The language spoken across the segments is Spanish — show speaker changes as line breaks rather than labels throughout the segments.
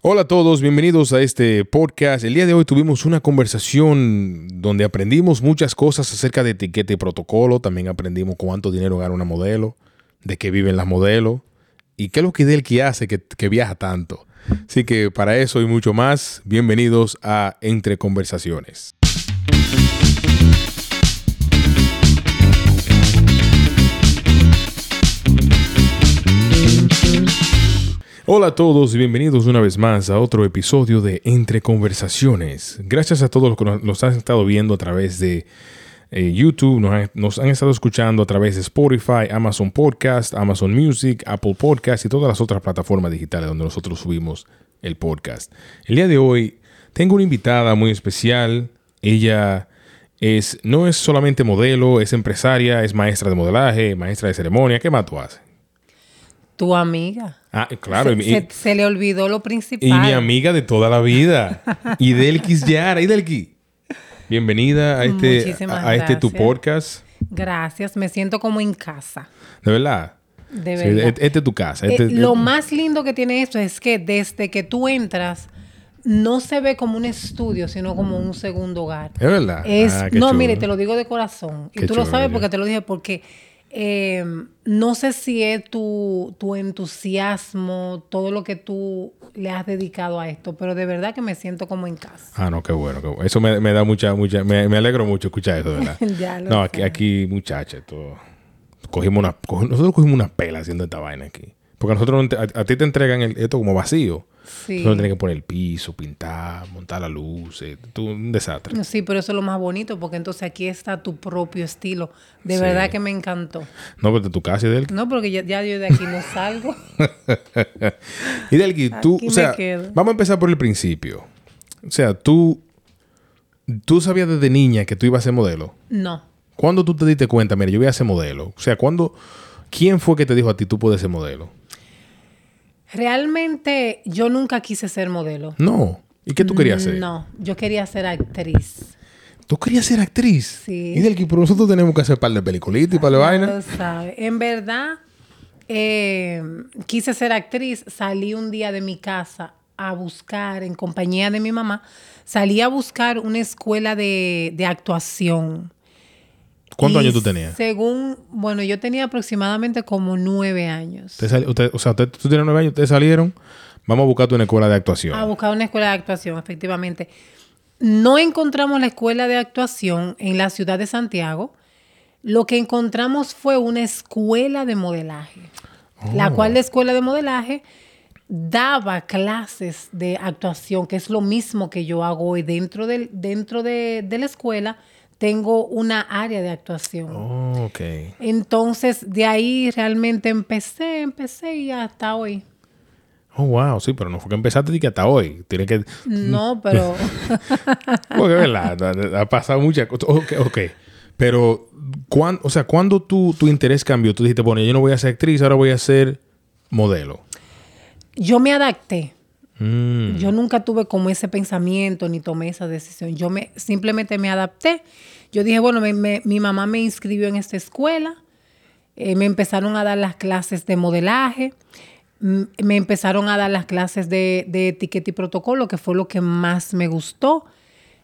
Hola a todos, bienvenidos a este podcast. El día de hoy tuvimos una conversación donde aprendimos muchas cosas acerca de etiqueta y protocolo. También aprendimos cuánto dinero gana una modelo, de qué viven las modelos y qué es lo que del que hace que, que viaja tanto. Así que para eso y mucho más, bienvenidos a Entre Conversaciones. Hola a todos y bienvenidos una vez más a otro episodio de Entre Conversaciones. Gracias a todos los que nos- nos han estado viendo a través de eh, YouTube, nos han, nos han estado escuchando a través de Spotify, Amazon Podcast, Amazon Music, Apple Podcast y todas las otras plataformas digitales donde nosotros subimos el podcast. El día de hoy tengo una invitada muy especial. Ella es, no es solamente modelo, es empresaria, es maestra de modelaje, maestra de ceremonia. ¿Qué más tú haces?
Tu amiga.
Ah, claro.
se,
y-
se- se le olvidó lo principal.
Y mi amiga de toda la vida, Idelkis Yara. Idelki, bienvenida a este,
Muchísimas
a, a este tu
gracias.
podcast.
Gracias, me siento como en casa.
De verdad.
De
Sí,
verdad.
este, este es tu casa.
Eh,
este-
lo
este-
más lindo que tiene esto es que desde que tú entras, no se ve como un estudio, sino como un segundo hogar.
Es verdad.
Es,
Ah, qué
no,
chulo.
mire, te lo digo de corazón. Y
Qué
tú lo
chulo,
sabes
ya.
porque te lo dije, porque eh, no sé si es tu, tu entusiasmo, todo lo que tú le has dedicado a esto, pero de verdad que me siento como en casa.
Ah, no, qué bueno. qué bueno. Eso me, me da mucha, mucha, me, me alegro mucho escuchar eso, de ¿verdad?
Ya lo
no, aquí,
sé.
aquí muchachos, todo. Cogimos una, co- nosotros cogimos una pela haciendo esta vaina aquí. Porque a nosotros, no te- a, a ti te entregan el- esto como vacío.
Sí.
Solo tienes que poner el piso, pintar, montar las luces. Tú, un desastre.
Sí, pero eso es lo más bonito, porque entonces aquí está tu propio estilo. De
Sí.
verdad que me encantó.
No, pero tu casa, Idelki.
No, porque ya, ya yo de aquí no salgo.
Y Delgui, tú,
Aquí
o
me
sea,
quedo.
vamos a empezar por el principio. O sea, tú, tú sabías desde niña que tú ibas a ser modelo.
No.
¿Cuándo tú te diste cuenta, mira, yo voy a ser modelo? O sea, ¿cuándo, quién fue que te dijo a ti tú puedes ser modelo?
Realmente yo nunca quise ser modelo.
No. ¿Y qué tú querías ser?
No, yo quería ser actriz.
Tú querías ser actriz.
Sí.
Y Delgui, pero nosotros tenemos que hacer un par de peliculitas y par de
Tú
vainas.
sabes. En verdad, eh, quise ser actriz. Salí un día de mi casa a buscar, en compañía de mi mamá, salí a buscar una escuela de, de actuación.
¿Cuántos
Y
años tú tenías?
Según, bueno, yo tenía aproximadamente como nueve años.
Usted sali- usted- o sea, usted, tú tienes nueve años, ustedes salieron. Vamos a buscarte una escuela de actuación.
A buscar una escuela de actuación, efectivamente. No encontramos la escuela de actuación en la ciudad de Santiago. Lo que encontramos fue una escuela de modelaje, la
Oh.
cual la escuela de modelaje daba clases de actuación, que es lo mismo que yo hago hoy. Dentro, del, dentro de, de la escuela tengo una área de actuación.
Oh, ok.
Entonces, de ahí realmente empecé, empecé y hasta hoy.
Oh, wow. Sí, pero no fue que empezaste y que hasta hoy. Tienes que...
No, pero
Porque, ¿verdad? Ha- Ha, ha pasado muchas cosas. Ok, ok. Pero, ¿cuán, o sea, ¿cuándo tu, tu interés cambió? Tú dijiste, bueno, yo no voy a ser actriz, ahora voy a ser modelo.
yo me adapté.
Mm.
Yo nunca tuve como ese pensamiento ni tomé esa decisión. Yo me, simplemente me adapté. Yo dije, bueno, me- me- mi mamá me inscribió en esta escuela. Eh, me empezaron a dar las clases de modelaje. Mm, Me empezaron a dar las clases de, de etiqueta y protocolo, que fue lo que más me gustó.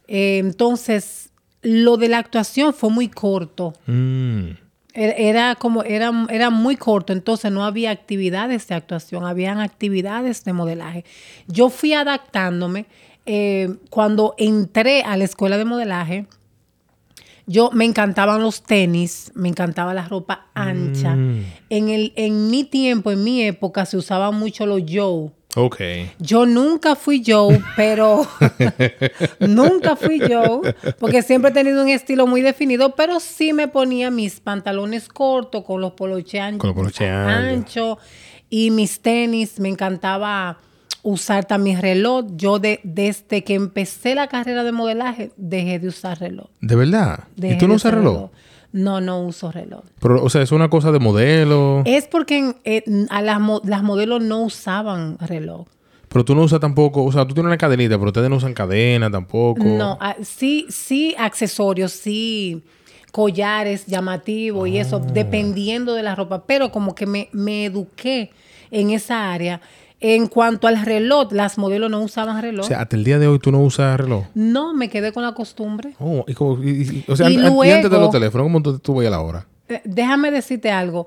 Eh, entonces, lo de la actuación fue muy corto.
Mm.
Era- E-, Era como, era, era muy corto, entonces no había actividades de actuación, habían actividades de modelaje. Yo fui adaptándome. eh, cuando entré a la escuela de modelaje, yo me encantaban los tenis, me encantaba la ropa ancha. En, el, en mi tiempo, en mi época, se usaban mucho los yo.
Ok.
Yo nunca fui yo, pero nunca fui yo, porque siempre he tenido un estilo muy definido, pero sí me ponía mis pantalones cortos con los poloches anchos
Con los poloches
ancho, y mis tenis. Me encantaba usar también reloj. Yo de- desde que empecé la carrera de modelaje dejé de usar reloj.
¿De verdad?
Dejé
¿Y tú
de
no usas reloj?
No, no uso reloj.
Pero, o sea, es una cosa de modelo.
Es porque en- en- a las, mo- las modelos no usaban reloj.
Pero tú no usas tampoco, o sea, tú tienes una cadenita, pero ustedes no usan cadena tampoco.
No, ah, sí, sí, accesorios, sí, collares llamativos
Ah.
y eso, dependiendo de la ropa. Pero como que me, me eduqué en esa área En cuanto al reloj, las modelos no usaban reloj.
O sea, hasta el día de hoy tú no usas reloj.
no, me quedé con la costumbre.
Oh, y, como- y- y- o sea,
Y
an- an- y antes de
luego-
los teléfonos, ¿cómo tú, tú veías la hora?
Eh, Déjame decirte algo.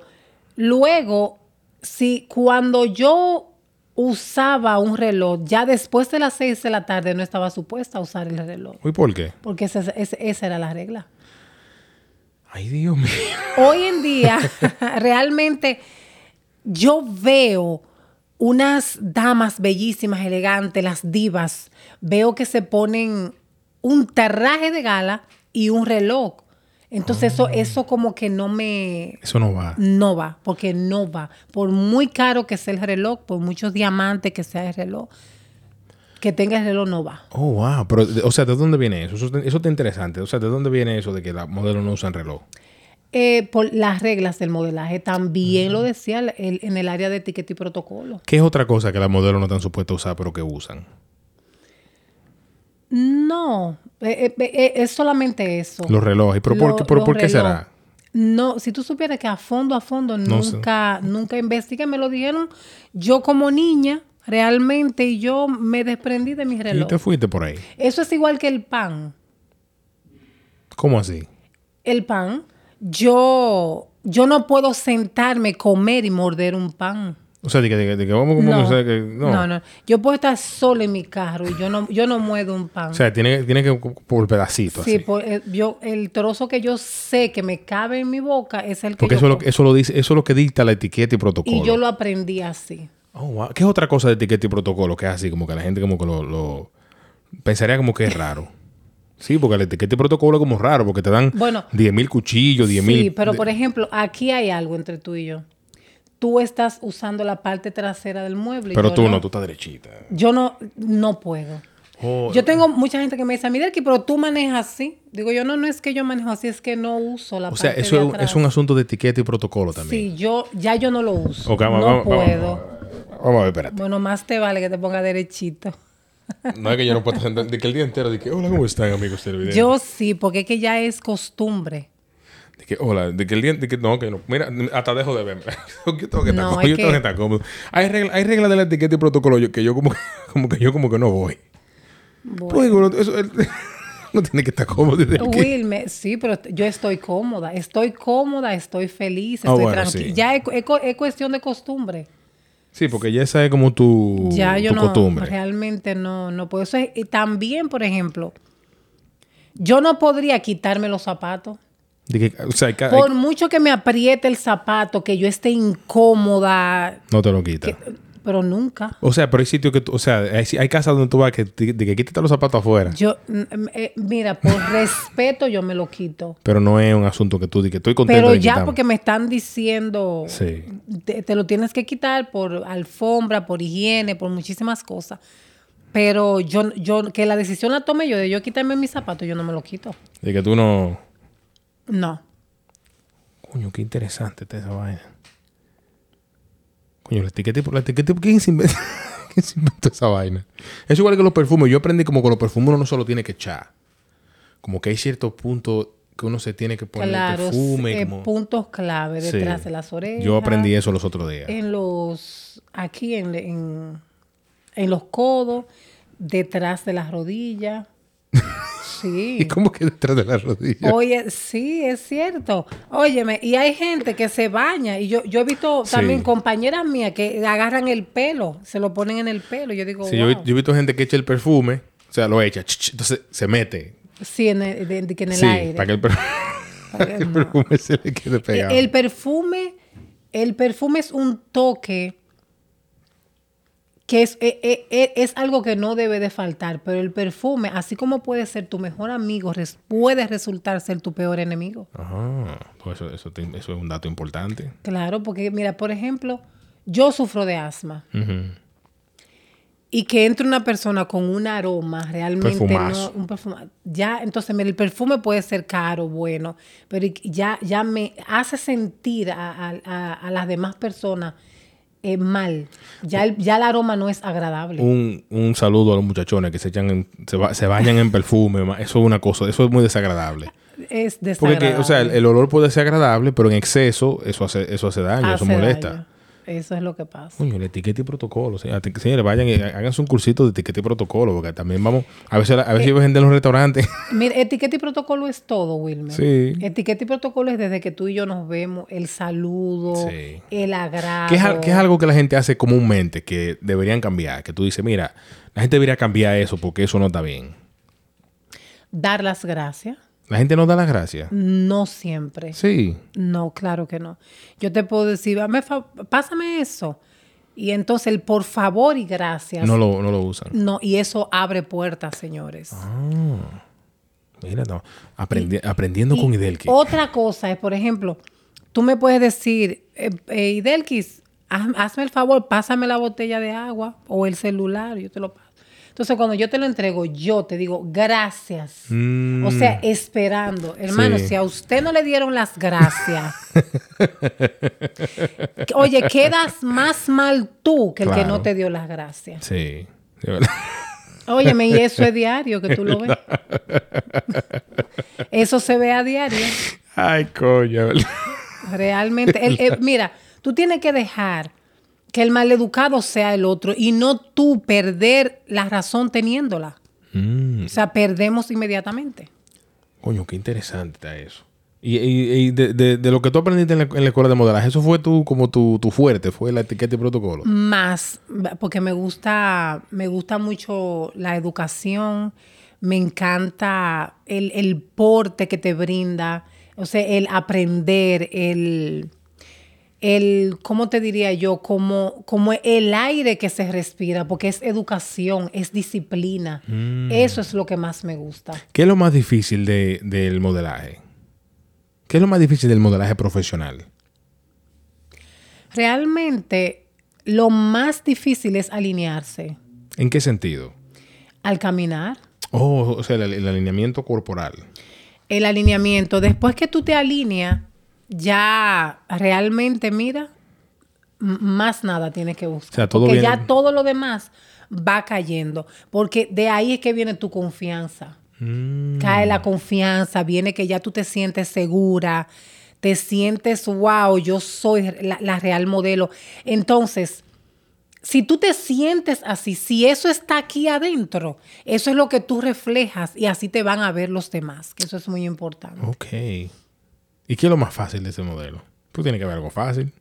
Luego, si cuando yo usaba un reloj, ya después de las seis de la tarde no estaba supuesta a usar el reloj,
¿Y por qué?
porque esa, esa- esa era la regla.
Ay, Dios mío.
Hoy en día, realmente, yo veo unas damas bellísimas, elegantes, las divas. Veo que se ponen un traje de gala y un reloj. Entonces, eso, eso como que no me,
Eso no va.
no va, porque no va. Por muy caro que sea el reloj, por muchos diamantes que sea el reloj, que tenga el reloj no va.
Oh, wow. Pero, de- o sea, ¿de dónde viene eso? Eso, te- eso está interesante. O sea, ¿de dónde viene eso de que las modelos no usan reloj?
Eh, por las reglas del modelaje, también lo decía el- el- en el área de etiqueta y protocolo.
¿Qué es otra cosa que las modelos no están supuestas a usar, pero que usan?
No, eh, eh, eh, es solamente eso.
Los relojes. ¿Pero por,
Lo-
qué- pero
los
por qué
reloj.
será?
No, si tú supieras que a fondo, a fondo,
No sé.
nunca, nunca investigué, me lo dijeron yo como niña, realmente, y yo me desprendí de mis
Y te
relojes.
fuiste por ahí.
Eso es igual que el pan.
¿Cómo así?
el pan, yo, yo no puedo sentarme, comer y morder un pan.
O sea, de que, de que- de que vamos como...
No.
o sea, que-
no, no. Yo puedo estar sola en mi carro y yo no, yo no muerdo un pan.
O sea, tiene, tiene que por pedacitos.
sí,
así.
por- eh, yo, el trozo que yo sé que me cabe en mi boca es el que
Porque
yo
eso es, lo,
como.
eso, lo dice, eso es lo que dicta la etiqueta y protocolo.
y yo lo aprendí así.
Oh, wow. ¿Qué es otra cosa de etiqueta y protocolo que es así? Como que la gente como que lo, lo- pensaría como que es raro. Sí, porque la etiqueta y protocolo es como raro, porque te dan
Bueno.
10.000 cuchillos, 10.000...
Sí, pero por ejemplo, aquí hay algo entre tú y yo. Tú estás usando la parte trasera del mueble. y
Pero
yo
tú no, tú estás derechita.
Yo no, no puedo.
Oh,
Yo tengo mucha gente que me dice, mira, pero tú manejas así. Digo yo, no, no es que yo manejo así, es que no uso la
o sea,
parte
eso
de
es un,
atrás".
es un asunto de etiqueta y protocolo también.
Sí, yo, ya yo no lo uso.
Ok, vamos,
no
vamos, vamos,
puedo.
vamos, vamos a ver, espérate.
Bueno, más te vale que te ponga derechito.
No es que yo no pueda sentar, de que el día entero, de que hola, ¿cómo están amigos televidentes?
Yo sí, porque es que ya es costumbre.
De que, hola, de que el día, de que no, que no. Mira, hasta dejo de verme. yo tengo que estar
No,
cómodo.
hay
Yo tengo
que-
que estar cómodo. Hay reglas hay regla de la etiqueta y protocolo yo- que yo como, como que yo como que no voy.
Bueno,
Pues, bueno, eso, el- no tiene que estar cómodo. desde aquí.
Wilmer, sí, pero yo estoy cómoda. Estoy cómoda, estoy feliz,
Ah,
estoy
bueno,
tranquila.
sí.
Ya es, cu- es cu- es cuestión de costumbre.
Sí, porque ya esa es como tu,
ya yo
Uh, tu
no,
costumbre.
realmente no, no puedo. Eso es- y también, por ejemplo, yo no podría quitarme los zapatos.
De que, o sea, hay ca-
Por mucho que me apriete el zapato, que yo esté incómoda, eh,
no te lo quita.
pero nunca.
O sea, pero hay sitios que, tú- o sea, hay, hay casas donde tú vas que, te- de que quítate los zapatos afuera.
Yo, mm, eh, mira, por respeto yo me lo quito.
Pero no es un asunto que tú digas que estoy contento
Pero
de
ya
quitarme.
porque me están diciendo,
Sí.
te, te lo tienes que quitar por alfombra, por higiene, por muchísimas cosas. Pero yo, yo que la decisión la tome yo de yo quitarme mis zapatos, yo no me lo quito.
De que tú no...
No.
Coño, qué interesante está esa vaina. Coño, la etiqueta, la etiqueta ¿quién se inventó, ¿quién se inventó esa vaina? Es igual que los perfumes. Yo aprendí como que los perfumes uno no solo tiene que echar. Como que hay ciertos puntos que uno se tiene que poner
claro,
perfume.
eh,
como-
puntos clave
Sí.
detrás de las orejas. Eh,
Yo aprendí eso los otros días.
en los aquí en, en, en los codos, detrás de las rodillas. Sí.
¿Y cómo que detrás de la rodilla?
Oye, sí, es cierto. Óyeme, y hay gente que se baña y yo yo he visto también
Sí.
compañeras mías que agarran el pelo, se lo ponen en el pelo. Yo digo,
Sí, yo,
Oh, wow.
he- yo he visto gente que echa el perfume, o sea, lo echa, ch, ch, entonces se mete.
Sí, en el, de- de- que en el
sí,
aire.
para que el, per- para que el perfume se le quede
Eh,
pegado.
El perfume, el perfume es un toque que es, eh, eh, eh, es algo que no debe de faltar, pero el perfume, así como puede ser tu mejor amigo, res- puede resultar ser tu peor enemigo.
Ajá, pues eso, eso te- eso es un dato importante.
Claro, porque mira, por ejemplo, yo sufro de asma
Ujú.
y que entre una persona con un aroma realmente
Perfumazo.
no, un perfuma- ya entonces mira, el perfume puede ser caro bueno pero y- ya ya me hace sentir a, a- a- a las demás personas eh, mal ya el, ya el aroma no es agradable
un, un saludo a los muchachones que se echan en- se, ba- se bañan en perfume. ma- Eso es una cosa, eso es muy desagradable.
es desagradable
Porque, que, o sea, el, el olor puede ser agradable, pero en exceso eso hace, eso hace daño, eso
Hace
molesta.
daño. Eso es lo que pasa.
Coño, el etiqueta y protocolo. se- ate- Señores, vayan y háganse un cursito de etiqueta y protocolo, porque también vamos. A veces, a
Eh,
veces venden los restaurantes.
Mira, etiqueta y protocolo es todo, Wilmer.
Sí.
Etiqueta y protocolo es desde que tú y yo nos vemos, el saludo,
Sí.
el agrado.
Que es, al- que es algo que la gente hace comúnmente, que deberían cambiar. Que tú dices, mira, la gente debería cambiar eso porque eso no está bien.
Dar las gracias.
La gente no da las gracias.
No siempre.
Sí.
No, claro que no. Yo te puedo decir, "Hazme fa- pásame eso. Y entonces el por favor y gracias.
No lo, no lo usan.
No, y eso abre puertas, señores.
Mira, no. Aprendi- aprendiendo con
Y
Idelki.
Otra cosa es, por ejemplo, tú me puedes decir, eh, eh, Idelkis, haz- hazme el favor, pásame la botella de agua o el celular, yo te lo paso. Entonces, cuando yo te lo entrego, yo te digo gracias.
Mm.
O sea, esperando. Hermano,
Sí.
si a usted no le dieron las gracias, que- oye, quedas más mal tú que el que
Claro.
no te dio las gracias.
Sí. De verdad.
Óyeme, y eso es diario que tú lo ves. Eso se ve a diario.
Ay, coño. de verdad.
Realmente, el- el- mira, tú tienes que dejar que el maleducado sea el otro y no tú perder la razón teniéndola.
Mm.
O sea, perdemos inmediatamente.
Coño, qué interesante está eso. Y, y- y de, de- de lo que tú aprendiste en la, en la escuela de modelaje, eso fue tu, como tu, tu fuerte, fue la etiqueta y protocolo.
Mm. Más, porque me gusta, me gusta mucho la educación, me encanta el, el porte que te brinda, o sea, el aprender, el, el, ¿cómo te diría yo? Como, como el aire que se respira, porque es educación, es disciplina. Eso es lo que más me gusta.
¿Qué es lo más difícil de- del modelaje? ¿Qué es lo más difícil del modelaje profesional?
Realmente, lo más difícil es alinearse
¿En qué sentido?
al caminar.
Oh, o sea, el, el alineamiento corporal.
el alineamiento. Después que tú te alineas, ya realmente, mira, m- más nada tienes que buscar.
O sea, todo
porque
viene-
ya todo lo demás va cayendo. Porque de ahí es que viene tu confianza.
Mm,
Cae la confianza, viene que ya tú te sientes segura, te sientes, wow, yo soy la, la real modelo. Entonces, si tú te sientes así, si eso está aquí adentro, eso es lo que tú reflejas y así te van a ver los demás, que eso es muy importante.
Ok. ¿Y qué es lo más fácil de ese modelo? Pues tiene que haber algo fácil.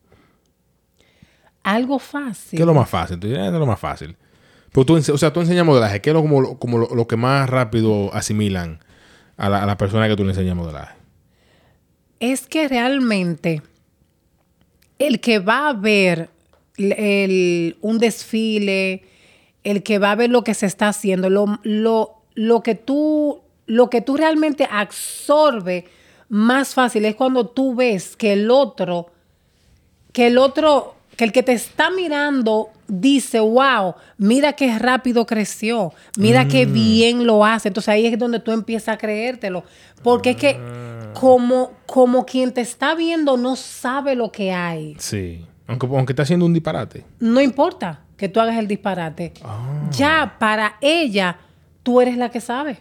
Algo
¿Qué es
fácil.
lo más fácil? Tú dices, "Ah, no es lo más fácil. Pero tú, ense- o sea, tú enseñas modelaje. ¿Qué es lo, como, lo- como lo, lo que más rápido asimilan a la, a la persona que tú le enseñas modelaje?
Es que realmente el que va a ver el- el- un desfile, el que va a ver lo que se está haciendo, lo, lo- lo que tú, lo que tú realmente absorbe más fácil es cuando tú ves que el otro que el otro, que el que te está mirando dice, wow, mira qué rápido creció, mira qué bien lo hace. Entonces ahí es donde tú empiezas a creértelo. Porque es que como, como quien te está viendo no sabe lo que hay,
Sí. Aunque, aunque está haciendo un disparate.
no importa que tú hagas el disparate. Ya para ella, tú eres la que sabe.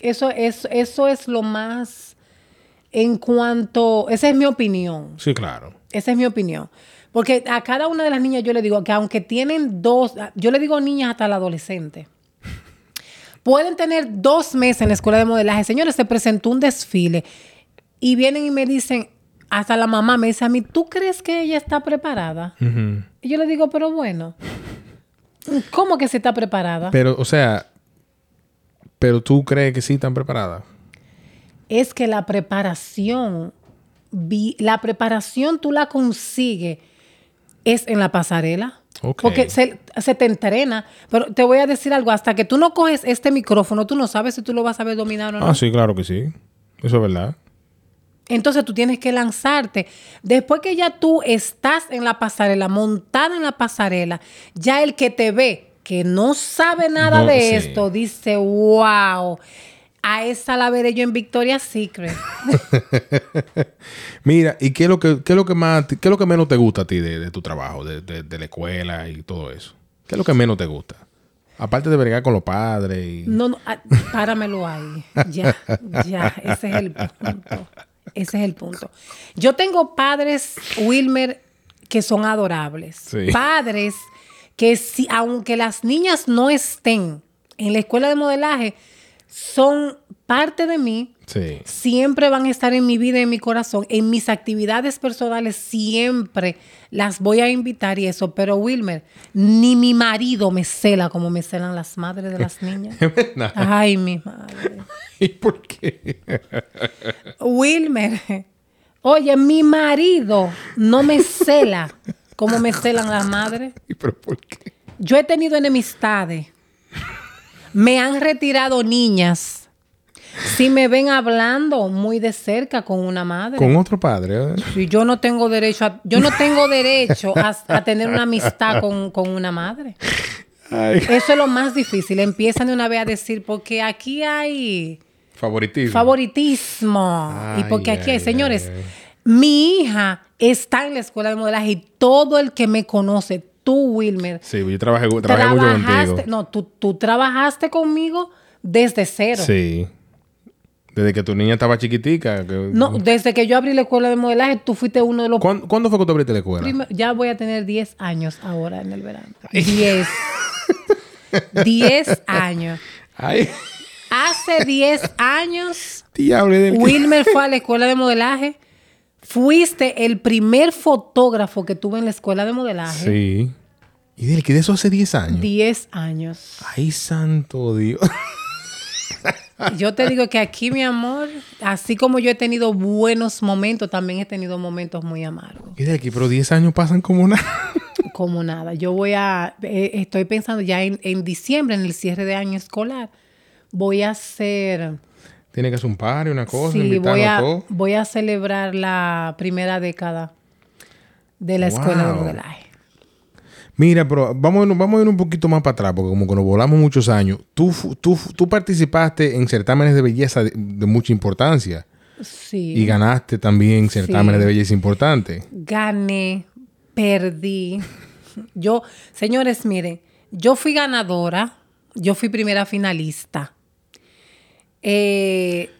Eso es, eso es lo más en cuanto, esa es mi opinión.
Sí, claro.
Esa es mi opinión. Porque a cada una de las niñas yo le digo que aunque tienen dos, yo le digo niñas hasta la adolescente, pueden tener dos meses en la escuela de modelaje. Señores, se presentó un desfile y vienen y me dicen, hasta la mamá me dice a mí, ¿tú crees que ella está preparada? Y yo le digo, pero bueno, ¿cómo que se está preparada?
Pero, o sea, pero tú crees que sí están preparadas.
es que la preparación, vi- la preparación tú la consigues es en la pasarela.
Ok.
Porque se, se te entrena. Pero te voy a decir algo, hasta que tú no coges este micrófono, tú no sabes si tú lo vas a saber dominar o no.
Ah, sí, claro que sí. Eso es verdad.
Entonces tú tienes que lanzarte. Después que ya tú estás en la pasarela, montada en la pasarela, ya el que te ve, que no sabe nada
No,
de
sí.
esto, dice, wow, a esa la veré yo en Victoria's Secret.
Mira, ¿y qué es lo que, qué es lo que más, qué es lo que menos te gusta a ti de, de tu trabajo, de, de- de la escuela y todo eso? ¿Qué es lo que menos te gusta? Aparte de bregar con los padres y...
No, no, ah, páramelo ahí. Ya, ya, ese es el punto. Ese es el punto. Yo tengo padres, Wilmer, que son adorables.
Sí.
Padres que si, aunque las niñas no estén en la escuela de modelaje, son parte de mí,
Sí.
siempre van a estar en mi vida, en mi corazón, en mis actividades personales, siempre las voy a invitar y eso. Pero Wilmer, ni mi marido me cela como me celan las madres de las niñas.
Nah.
Ay, mi madre.
¿Y por qué?
Wilmer, oye, mi marido no me cela como me celan las madres.
¿Y pero por qué?
Yo he tenido enemistades. Me han retirado niñas. Si me ven hablando muy de cerca con una madre.
Con otro padre. ¿eh?
Si yo no tengo derecho a, yo no tengo derecho a, a tener una amistad con, con una madre.
Ay.
Eso es lo más difícil. Empiezan de una vez a decir, porque aquí hay
Favoritismo.
favoritismo. y porque
Ay,
aquí hay,
ay,
señores,
ay, ay.
mi hija está en la escuela de modelaje y todo el que me conoce, tú, Wilmer,
Sí, yo trabajé, trabajé mucho contigo.
no, tú, tú trabajaste conmigo desde cero.
Sí. Desde que tu niña estaba chiquitica. que-
No, desde que yo abrí la escuela de modelaje, tú fuiste uno de los
¿Cuán- ¿Cuándo, fue que tú abriste la escuela?
primeros. Ya voy a tener 10 años ahora en el verano. 10. 10 años.
Ay,
Hace 10 años
diablo. de-
Wilmer fue a la escuela de modelaje. Fuiste el primer fotógrafo que tuve en la escuela de modelaje.
Sí. Y del que de eso hace 10 años.
10 años.
Ay, santo Dios.
Yo te digo que aquí, mi amor, así como yo he tenido buenos momentos, también he tenido momentos muy amargos.
Y del que, pero 10 años pasan como nada.
Como nada. Yo voy a, eh, estoy pensando ya en, en diciembre, en el cierre de año escolar, voy a hacer,
Tiene que hacer un par y una cosa,
sí,
invitarlo
voy
a
a,
todo.
voy a celebrar la primera década de la escuela de
Wow.
modelaje.
Mira, pero vamos, a ir- vamos a ir un poquito más para atrás, porque como que nos volamos muchos años. Tú, fu- tú, fu- tú participaste en certámenes de belleza de, de mucha importancia.
Sí.
Y ganaste también
Sí.
certámenes de belleza importantes.
gané, perdí. Yo, señores, miren, yo fui ganadora, yo fui primera finalista. Eh,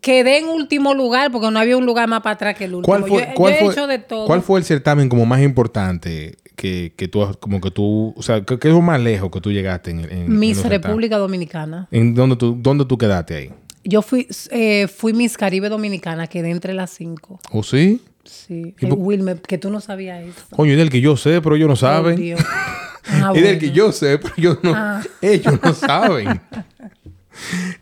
quedé en último lugar porque no había un lugar más para atrás que el último.
¿Cuál fue,
yo,
cuál
yo he
fue-
hecho de todo.
cuál fue el certamen como más importante que, que tú, has- como que tú, o sea, que, que es lo más lejos que tú llegaste en, en- en
Miss
los certámenes?
República Dominicana.
¿En dónde tú, dónde tú quedaste ahí?
Yo fui, eh, fui Miss Caribe Dominicana, quedé entre las cinco.
¿O sí?
Sí.
¿Y
Eh,
por-
Wilmer, que tú no sabías eso.
Coño, y del que yo sé, pero ellos no
Oh,
saben.
Dios. Ah,
y del
bueno. Ah.
que yo sé, pero ellos no, ellos no saben.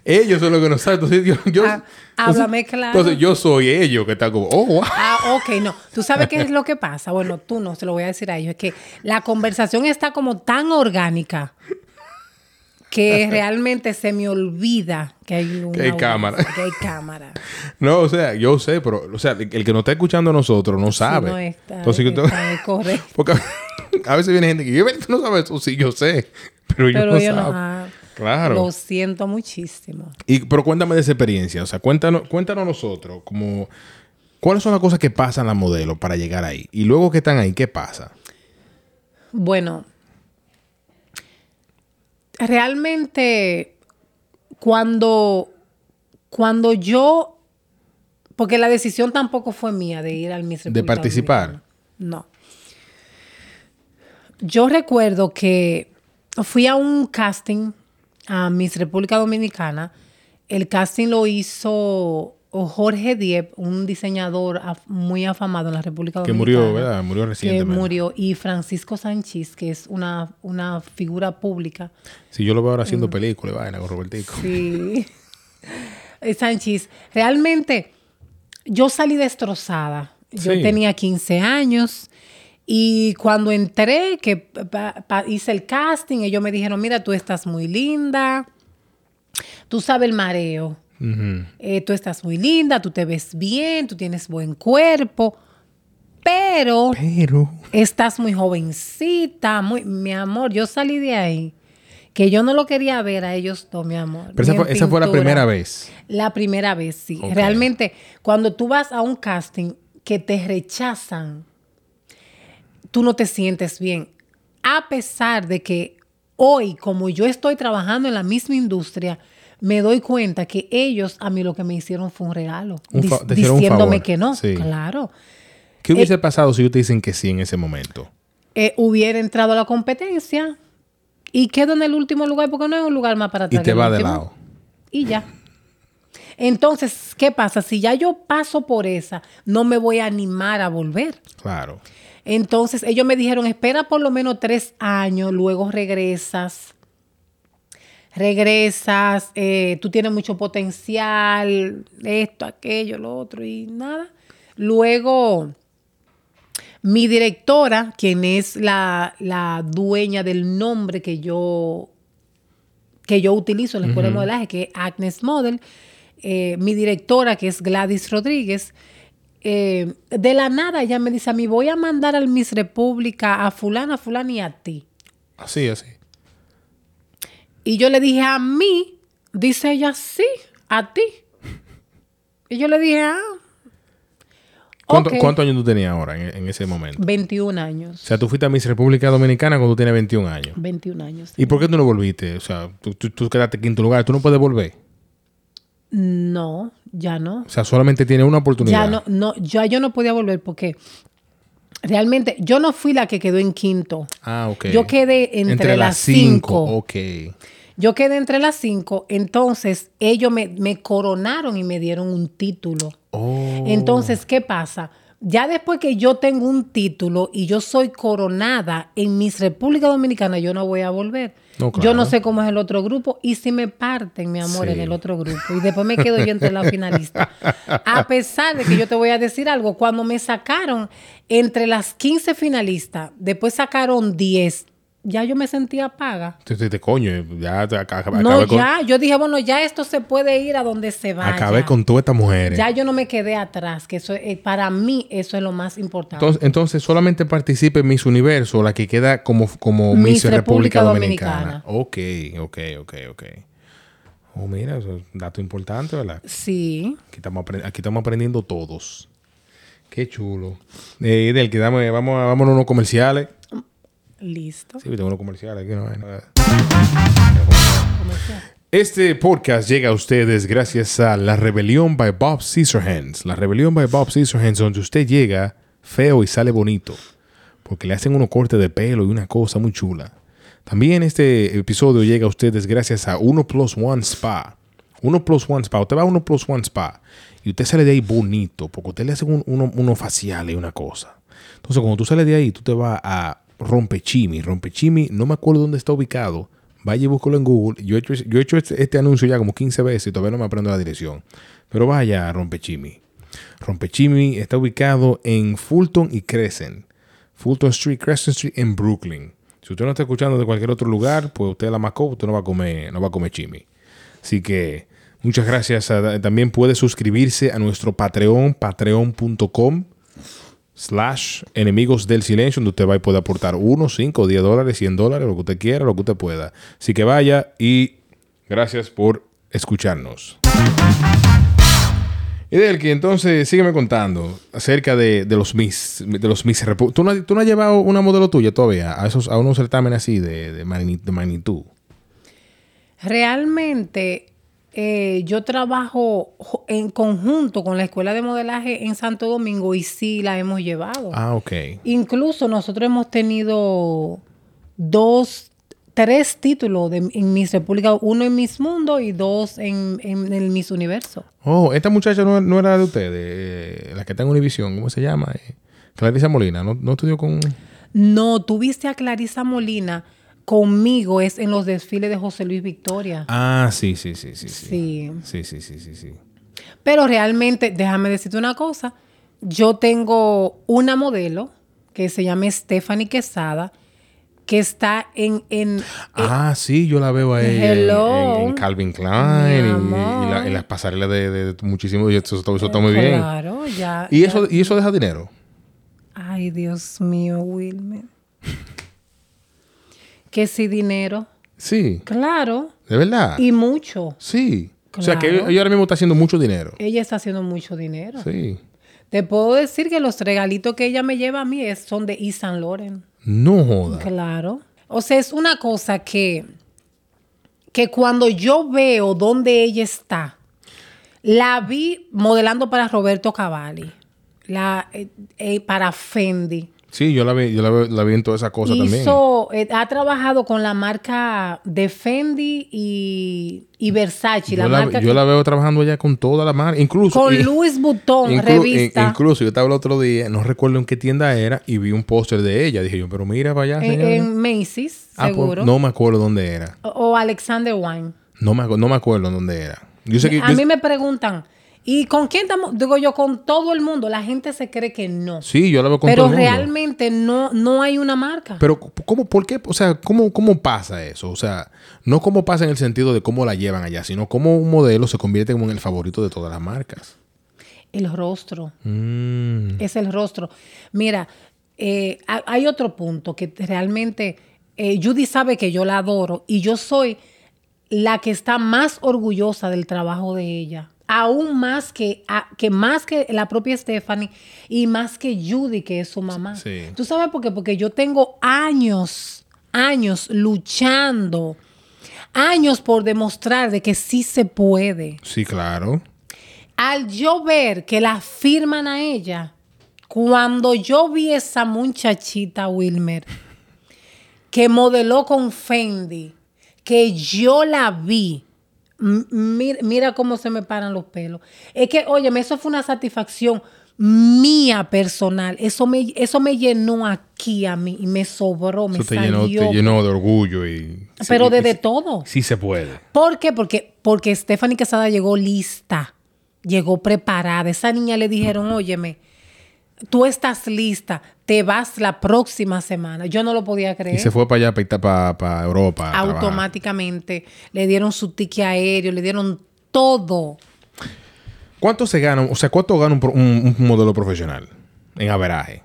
ellos son los que no saben. Entonces, yo, yo-
Ah, háblame claro.
Entonces, yo soy ellos que está como, oh, wow.
Ah, ok, no. ¿Tú sabes qué es lo que pasa? Bueno, tú no, se lo voy a decir a ellos. Es que la conversación está como tan orgánica que realmente se me olvida que hay una
Que hay cámara.
Que hay cámara.
No, o sea, yo sé, pero, o sea, el que no está escuchando a nosotros no sabe.
no está,
Entonces, yo tengo-
está, es correcto.
Porque a veces viene gente que yo tú no sabes eso, sí, yo sé, pero yo
Pero
no
yo no.
sabo".
ah,
Claro.
Lo siento muchísimo.
Y, pero cuéntame de esa experiencia, o sea, cuéntanos, cuéntanos nosotros, como, ¿cuáles son las cosas que pasan las modelos para llegar ahí? Y luego que están ahí, ¿qué pasa?
Bueno, realmente cuando, cuando yo, porque la decisión tampoco fue mía de ir al Miss
De
República
participar.
Dominicana. No. Yo recuerdo que fui a un casting a Miss República Dominicana. El casting lo hizo Jorge Diep, un diseñador af- muy afamado en la República
Que
Dominicana.
murió, ¿verdad? Murió
Que
recientemente.
murió. Y Francisco Sánchez, que es una, una figura pública.
Si yo lo veo ahora
Mm.
haciendo películas, vaina con Robertico.
Sí. Eh, Sánchez, realmente yo salí destrozada. Yo
Sí.
tenía 15 años y cuando entré, que pa- pa- hice el casting, ellos me dijeron, mira, tú estás muy linda, tú sabes el mareo,
Ujú.
eh, tú estás muy linda, tú te ves bien, tú tienes buen cuerpo, pero
Pero,
estás muy jovencita, muy, mi amor, yo salí de ahí. Que yo no lo quería ver a ellos dos, mi amor.
pero esa,
ni en
fue, esa fue la
pintura.
primera vez.
La primera vez, sí.
Ok.
Realmente, cuando tú vas a un casting que te rechazan, tú no te sientes bien. A pesar de que hoy, como yo estoy trabajando en la misma industria, me doy cuenta que ellos a mí lo que me hicieron fue un regalo,
Un fa-
dis-
te hicieron un
diciéndome
favor.
que no,
Sí.
claro.
¿Qué hubiese pasado si ellos te dicen que sí en ese momento?
Eh, hubiera entrado a la competencia y quedo en el último lugar porque no es un lugar más para
Y
atrás
te
que el
va de
último.
lado.
Y ya. Entonces, ¿qué pasa? Si ya yo paso por esa, no me voy a animar a volver.
Claro.
Entonces ellos me dijeron, espera por lo menos tres años, luego regresas. Regresas, eh, tú tienes mucho potencial, esto, aquello, lo otro y nada. Luego, mi directora, quien es la, la dueña del nombre que yo, que yo utilizo en la escuela de modelaje, que es Agnes Model, eh, mi directora, que es Gladys Rodríguez, eh, de la nada ella me dice a mí, voy a mandar al Miss República a fulana, a fulana y a ti.
Así, así.
Y yo le dije, a mí, dice ella, sí, a ti. Y yo le dije, ah,
¿Cuánto-
Ok.
¿Cuántos años tú tenías ahora en, en ese momento?
21
O
años.
sea, tú fuiste a Miss República Dominicana cuando tú tenías 21 años.
21 años.
¿Y por qué tú no volviste? O sea, tú, tú- tú quedaste en quinto lugar. Tú no puedes volver.
No, ya no.
O sea, solamente tienes una oportunidad.
Ya no, no, ya yo no podía volver porque realmente yo no fui la que quedó en quinto.
Ah, ok.
Yo quedé entre, las cinco.
Ok.
Yo quedé entre las cinco, entonces ellos me, me coronaron y me dieron un título.
Oh.
Entonces, ¿qué pasa? Ya después que yo tengo un título y yo soy coronada en Miss República Dominicana, yo no voy a volver.
No,
Yo
claro.
no sé cómo es el otro grupo y si me parten, mi amor,
Sí.
en el otro grupo. Y después me quedo yo entre la finalista. A pesar de que yo te voy a decir algo, cuando me sacaron entre las 15 finalistas, después sacaron 10, ya yo me sentía paga.
Tú dices, este coño, ya te aca- aca-
No,
acabé, con,
ya, yo dije, bueno, ya esto se puede ir a donde se vaya.
acabé con todas estas mujeres.
Ya yo no me quedé atrás, que eso eh, para mí eso es lo más importante.
Entonces, entonces, solamente participe en Miss Universo, la que queda como, como Miss,
Miss
República,
República
Dominicana. Ok, ok, ok, ok. Oh, mira, eso es un dato importante, ¿verdad?
sí.
Aquí estamos, apren- aquí estamos aprendiendo todos. Qué chulo. Eh, del que dame, vamos a, vámonos a unos comerciales.
Listo.
Sí, tengo unos comerciales aquí, no hay nada.
Como sea.
Este podcast llega a ustedes gracias a La Rebelión by Bob Scissorhands. La Rebelión by Bob Scissorhands, donde usted llega feo y sale bonito. Porque le hacen unos cortes de pelo y una cosa muy chula. También este episodio llega a ustedes gracias a 1 Plus One Spa. 1 Plus One Spa. Usted va a 1 Plus One Spa y usted sale de ahí bonito. Porque usted le hacen un- uno, uno facial y una cosa. Entonces, cuando tú sales de ahí, tú te vas a Rompechimi. Rompechimi, no me acuerdo dónde está ubicado. Vaya y búscalo en Google. Yo he hecho, yo he hecho este, este anuncio ya como 15 veces y todavía no me aprendo la dirección. Pero vaya a Rompechimi. Rompechimi está ubicado en Fulton y Crescent. Fulton Street, Crescent Street en Brooklyn. Si usted no está escuchando de cualquier otro lugar, pues usted la macó, usted no va a comer, no va a comer chimi. Así que muchas gracias. a- también puede suscribirse a nuestro Patreon, patreon.com slash enemigos del silencio, donde usted va y puede aportar 1, 5, 10 dólares, 100 dólares, lo que usted quiera, lo que usted pueda. Así que vaya y gracias por escucharnos. Y del que entonces sígueme contando acerca de, de los Miss, de los Miss Repu- ¿Tú no, has- ¿Tú no has llevado una modelo tuya todavía a esos a unos certámenes así de, de magni- de magnitud?
Realmente eh, yo trabajo jo- en conjunto con la escuela de modelaje en Santo Domingo y sí la hemos llevado.
Ah, ok.
Incluso nosotros hemos tenido dos, tres títulos de, en Miss República, uno en Miss Mundo y dos en, en el Miss Universo.
Oh, esta muchacha no, no era de ustedes, eh, la que está en Univisión, ¿cómo se llama? Eh, Clarisa Molina, ¿no, no estudió con...?
No, tuviste a Clarisa Molina conmigo, es en los desfiles de José Luis Victoria.
Ah, sí, sí, sí, sí, sí.
sí. Eh,
Sí, sí, sí, sí, sí.
Pero realmente, déjame decirte una cosa. Yo tengo una modelo que se llama Stephanie Quesada, que está en, en-
ah, sí, yo la veo ahí
hello.
En, en Calvin Klein
Mi
y- y,
amor.
la- y las pasarelas de, de- de muchísimos. y Eso, está- eso está muy bien.
Claro, ya.
¿Y
ya-
eso, ¿Y eso deja dinero?
Ay, Dios mío, Wilmer. que sí, dinero.
Sí,
Claro.
de verdad.
Y mucho.
Sí. O sea, que
Claro.
ella ella ahora mismo está haciendo mucho dinero.
Ella está haciendo mucho dinero.
Sí.
Te puedo decir que los regalitos que ella me lleva a mí es- son de Yves Saint Laurent.
No joda.
Claro. O sea, es una cosa que, que cuando yo veo dónde ella está, la vi modelando para Roberto Cavalli, la, eh, eh, para Fendi.
Sí, yo la vi, yo la, ve- la vi en toda esa cosa también.
Hizo, eh, ha trabajado con la marca de Fendi y, y Versace,
Yo
la
la,
marca
yo
que-
la veo trabajando allá con toda la marca. Incluso.
con
y-
Louis Vuitton,
inclu-
revista.
in- incluso yo estaba el otro día, no recuerdo en qué tienda era, y vi un póster de ella. Dije yo, pero mira para allá.
en,
señora.
en Macy's,
Ah, pues,
seguro.
no me acuerdo dónde era.
O- O Alexander Wine.
No me, acu- no me acuerdo dónde era. Yo sé que.
A
yo-
mí me preguntan, ¿y con quién estamos? Digo yo, con todo el mundo. La gente se cree que no.
Sí, yo la veo con
Pero
todo el mundo.
realmente no, no hay una marca.
Pero, ¿cómo, por qué? O sea, ¿cómo, ¿cómo pasa eso? O sea, no cómo pasa en el sentido de cómo la llevan allá, sino cómo un modelo se convierte como en el favorito de todas las marcas.
el rostro.
Mm.
Es el rostro. Mira, eh, ha- hay otro punto que te- realmente eh, Judy sabe que yo la adoro y yo soy la que está más orgullosa del trabajo de ella. Aún más que, a- que más que la propia Stephanie y más que Judy, que es su mamá.
Sí.
¿Tú sabes por qué? Porque yo tengo años, años luchando, años por demostrar de que sí se puede
Sí, claro.
al yo ver que la firman a ella, cuando yo vi esa muchachita Wilmer que modeló con Fendi, que yo la vi, m- mira, mira cómo se me paran los pelos. Es que, óyeme, eso fue una satisfacción mía personal. Eso me, eso me llenó aquí a mí y me sobró, me
Eso te llenó,
salió. Ah,
te llenó de orgullo y...
pero
sí,
de, de
sí-
todo.
Sí se puede.
¿Por qué? Porque, porque Stephanie Quesada llegó lista, llegó preparada. Esa niña le dijeron, óyeme, tú estás lista, te vas la próxima semana. Yo no lo podía creer.
Y se fue para allá, para, Ita- para, para Europa. a trabajar.
Automáticamente le dieron su ticket aéreo, le dieron todo.
¿Cuánto se gana? O sea, ¿cuánto gana un, pro- un- un modelo profesional en averaje?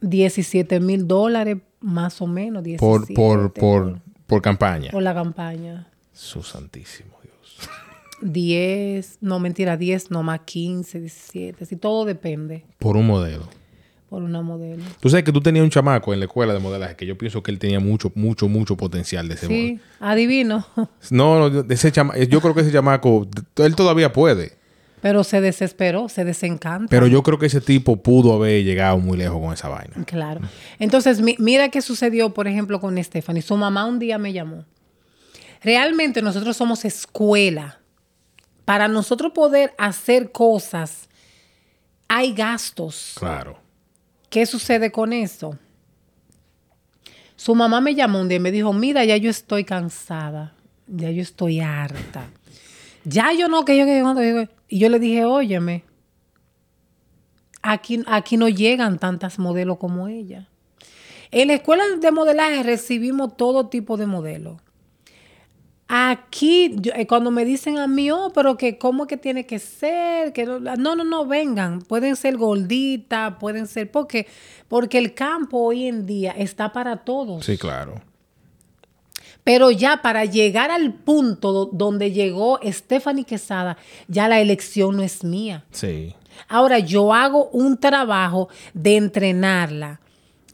17 mil dólares, más o menos.
Por,
17,
por, por, por campaña.
por la campaña.
Su santísimo Dios.
10, no mentira, 10, no más 15, 17. Sí, todo depende
Por un modelo.
por una modelo.
Tú sabes que tú tenías un chamaco en la escuela de modelaje que yo pienso que él tenía mucho, mucho, mucho potencial de ese
Sí, adivino.
mod- No, no, de ese chama- eh, yo creo que ese chamaco, él todavía puede.
Pero se desesperó, se desencanta.
Pero yo creo que ese tipo pudo haber llegado muy lejos con esa vaina.
Claro. Entonces, mi- mira qué sucedió, por ejemplo, con Stephanie. Su mamá un día me llamó. Realmente nosotros somos escuela. Para nosotros poder hacer cosas, hay gastos.
Claro.
¿Qué sucede con eso? Su mamá me llamó un día y me dijo, mira, ya yo estoy cansada, ya yo estoy harta. Ya yo no, que yo que yo no, que yo- Y yo le dije, óyeme, aquí, aquí no llegan tantas modelos como ella. En la escuela de modelaje recibimos todo tipo de modelos. Aquí, yo- eh, cuando me dicen a mí, oh, pero que cómo que tiene que ser, que no, no, no, no, vengan, pueden ser gorditas, pueden ser, porque, porque el campo hoy en día está para todos.
Sí, claro.
Pero ya para llegar al punto do- donde llegó Stephanie Quesada, ya la elección no es mía.
Sí.
Ahora yo hago un trabajo de entrenarla,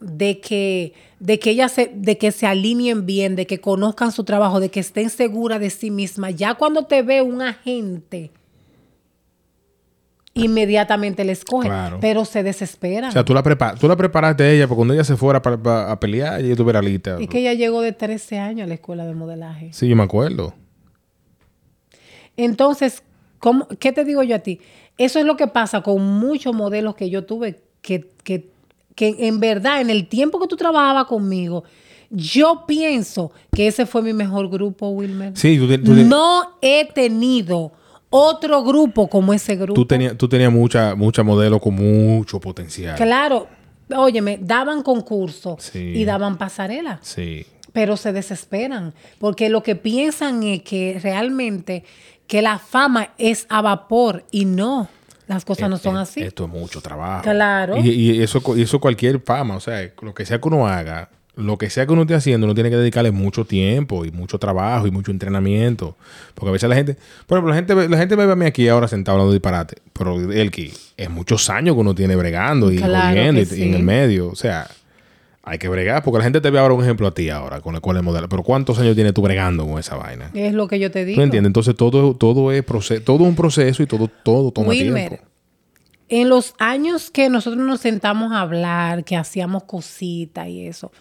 de que, de que ellas se, de que se alineen bien, de que conozcan su trabajo, de que estén seguras de sí mismas. Ya cuando te ve un agente, inmediatamente le escoge,
Claro.
pero se desespera.
O sea, tú la, prepa- tú la preparaste a ella, porque cuando ella se fuera para, para- a pelear, ella estuviera lista.
es que ella llegó de 13 años a la escuela de modelaje.
Sí, yo me acuerdo.
Entonces, ¿cómo- ¿qué te digo yo a ti? Eso es lo que pasa con muchos modelos que yo tuve, que, que- que en verdad, en el tiempo que tú trabajabas conmigo, yo pienso que ese fue mi mejor grupo, Wilmer.
Sí, tú, te- tú te-
No he tenido otro grupo como ese grupo.
tú tenías, tú tenías mucha, mucha modelo con mucho potencial.
Claro, óyeme, daban concurso
Sí.
y daban pasarela.
Sí.
pero se desesperan porque lo que piensan es que realmente que la fama es a vapor y no, las cosas no
Eh,
son
eh,
así.
Esto es mucho trabajo.
Claro.
Y, y eso, cu- y eso cualquier fama, o sea, lo que sea que uno haga, lo que sea que uno esté haciendo, uno tiene que dedicarle mucho tiempo y mucho trabajo y mucho entrenamiento. Porque a veces la gente, por ejemplo, la gente, ve- la gente me ve a mí aquí ahora sentado hablando de disparate, pero el que es muchos años que uno tiene bregando y
Claro
jodiendo
que
y, y en
sí.
el medio, o sea, Hay que bregar, porque la gente te ve ahora un ejemplo a ti ahora con la cual modelo. Pero ¿cuántos años tienes tú bregando con esa vaina?
Es lo que yo te digo.
¿No entiendes? Entonces todo, todo es proceso, todo un proceso y todo, todo toma
Wilmer,
tiempo.
en los años que nosotros nos sentamos a hablar, que hacíamos cositas y eso,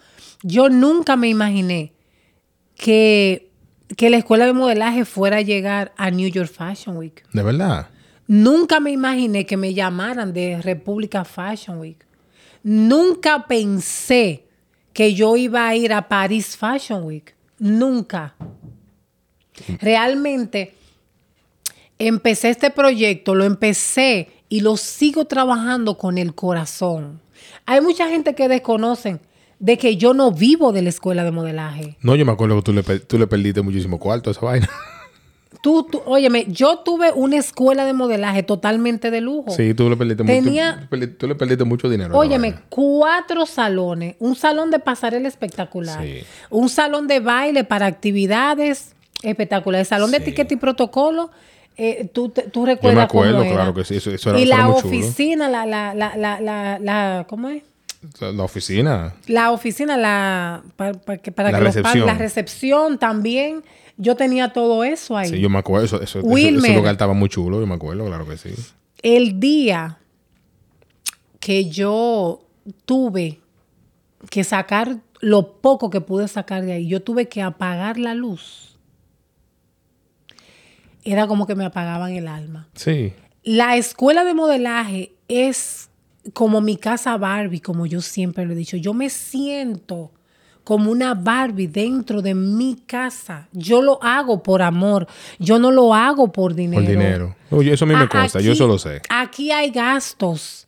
yo nunca me imaginé que, que la escuela de modelaje fuera a llegar a New York Fashion Week.
De verdad.
Nunca me imaginé que me llamaran de República Fashion Week. Nunca pensé que yo iba a ir a Paris Fashion Week. Nunca. Realmente empecé este proyecto, lo empecé y lo sigo trabajando con el corazón. Hay mucha gente que desconocen de que yo no vivo de la escuela de modelaje.
No, yo me acuerdo que tú le, pe- tú le perdiste muchísimo cuarto a esa vaina.
Tú, tú, óyeme, yo tuve una escuela de modelaje totalmente de lujo.
Sí, tú le perdiste, mucho-
Oh. Tenía-
tú perdi- tú le perdiste mucho dinero. a esa
Óyeme,
vaina.
cuatro salones, un salón de pasarela espectacular,
Sí.
un salón de baile para actividades espectaculares, salón de
Sí.
etiqueta y protocolo. eh, tú, te- tú
Yo
recuerdas
me acuerdo,
cómo era.
claro que sí. Eso, eso era,
y
eso era
la
muy chulo.
oficina, la, la, la, la, la, la- ¿cómo es?
La, la oficina.
La oficina, la, para, para que, para
La
que los padres-
recepción.
la recepción también. Yo tenía todo eso ahí.
Sí, yo me acuerdo. Eso, eso, eso-
Wilmer.
ese lugar estaba muy chulo, yo me acuerdo, claro que sí.
el día que yo tuve que sacar lo poco que pude sacar de ahí, yo tuve que apagar la luz. Era como que me apagaban el alma.
Sí.
La escuela de modelaje es como mi casa Barbie, como yo siempre lo he dicho. Yo me siento como una Barbie dentro de mi casa. Yo lo hago por amor. Yo no lo hago por dinero.
Por dinero. Oye, eso a mí me
A-
consta,
aquí-
yo eso lo sé.
Aquí hay gastos.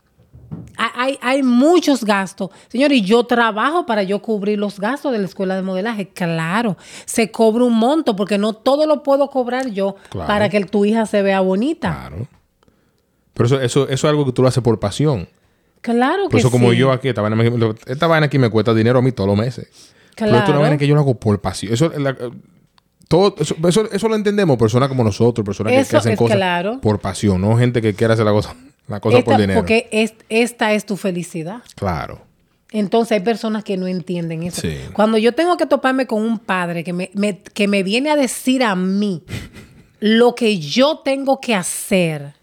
Ha- Hay, hay muchos gastos. Señor, y yo trabajo para yo cubrir los gastos de la escuela de modelaje. Claro, se cobra un monto porque no todo lo puedo cobrar yo
Claro.
para que tu hija se vea bonita.
Claro. Pero eso, eso, eso es algo que tú lo haces por pasión.
Claro,
Por
que
eso, como
sí.
yo aquí, esta vaina, me- esta vaina aquí me cuesta dinero a mí todos los meses. Pero esto es una
Claro.
vaina que yo lo hago por pasión. Eso, la- eh, todo, eso, eso- eso lo entendemos personas como nosotros, personas que- que,
Eso
hacen
es
cosas
claro.
por pasión, no gente que quiera hacer la cosa, la cosa
Esta-
por dinero.
Porque es- esta es tu felicidad.
Claro.
Entonces hay personas que no entienden eso.
Sí.
Cuando yo tengo que toparme con un padre que me, me- que me viene a decir a mí lo que yo tengo que hacer.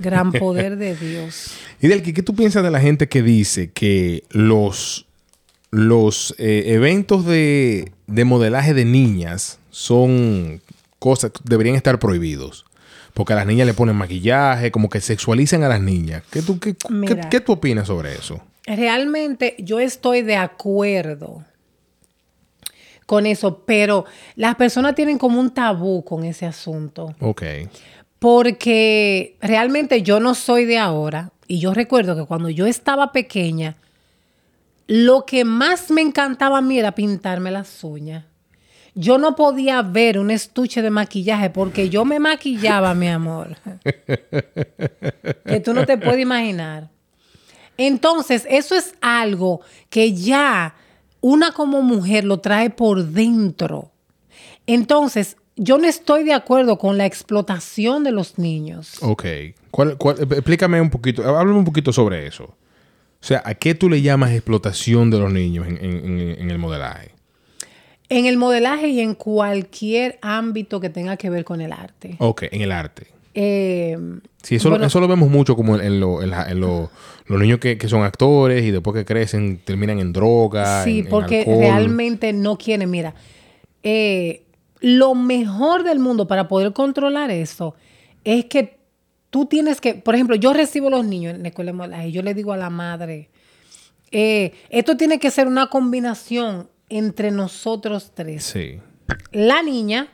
Gran poder de Dios.
Y del ¿qué tú piensas de la gente que dice que los, los eh, eventos de, de modelaje de niñas son cosas que deberían estar prohibidos? Porque a las niñas le ponen maquillaje, como que sexualizan a las niñas. ¿Qué tú, qué, qué-
Mira.
qué tú opinas sobre eso?
Realmente yo estoy de acuerdo con eso, pero las personas tienen como un tabú con ese asunto.
Ok.
porque realmente yo no soy de ahora y yo recuerdo que cuando yo estaba pequeña, lo que más me encantaba a mí era pintarme las uñas. Yo no podía ver un estuche de maquillaje porque yo me maquillaba, mi amor. que tú no te puedes imaginar. Entonces, eso es algo que ya una como mujer lo trae por dentro. Entonces, yo no estoy de acuerdo con la explotación de los niños.
Ok. ¿Cuál- cuál- eh, explícame un poquito, háblame un poquito sobre eso. O sea, ¿a qué tú le llamas explotación de los niños en, en- en- en el modelaje?
En el modelaje y en cualquier ámbito que tenga que ver con el arte.
Ok, en el arte.
Eh,
Sí, eso,
bueno,
lo, eso lo vemos mucho como en, en lo- en la- en lo- los niños que, que son actores y después que crecen terminan en droga.
sí,
en- en
porque
alcohol.
realmente no quieren. Mira, eh, lo mejor del mundo para poder controlar eso es que tú tienes que, por ejemplo, yo recibo los niños en la escuela de modelaje y yo le digo a la madre, eh, esto tiene que ser una combinación entre nosotros tres.
Sí.
la niña,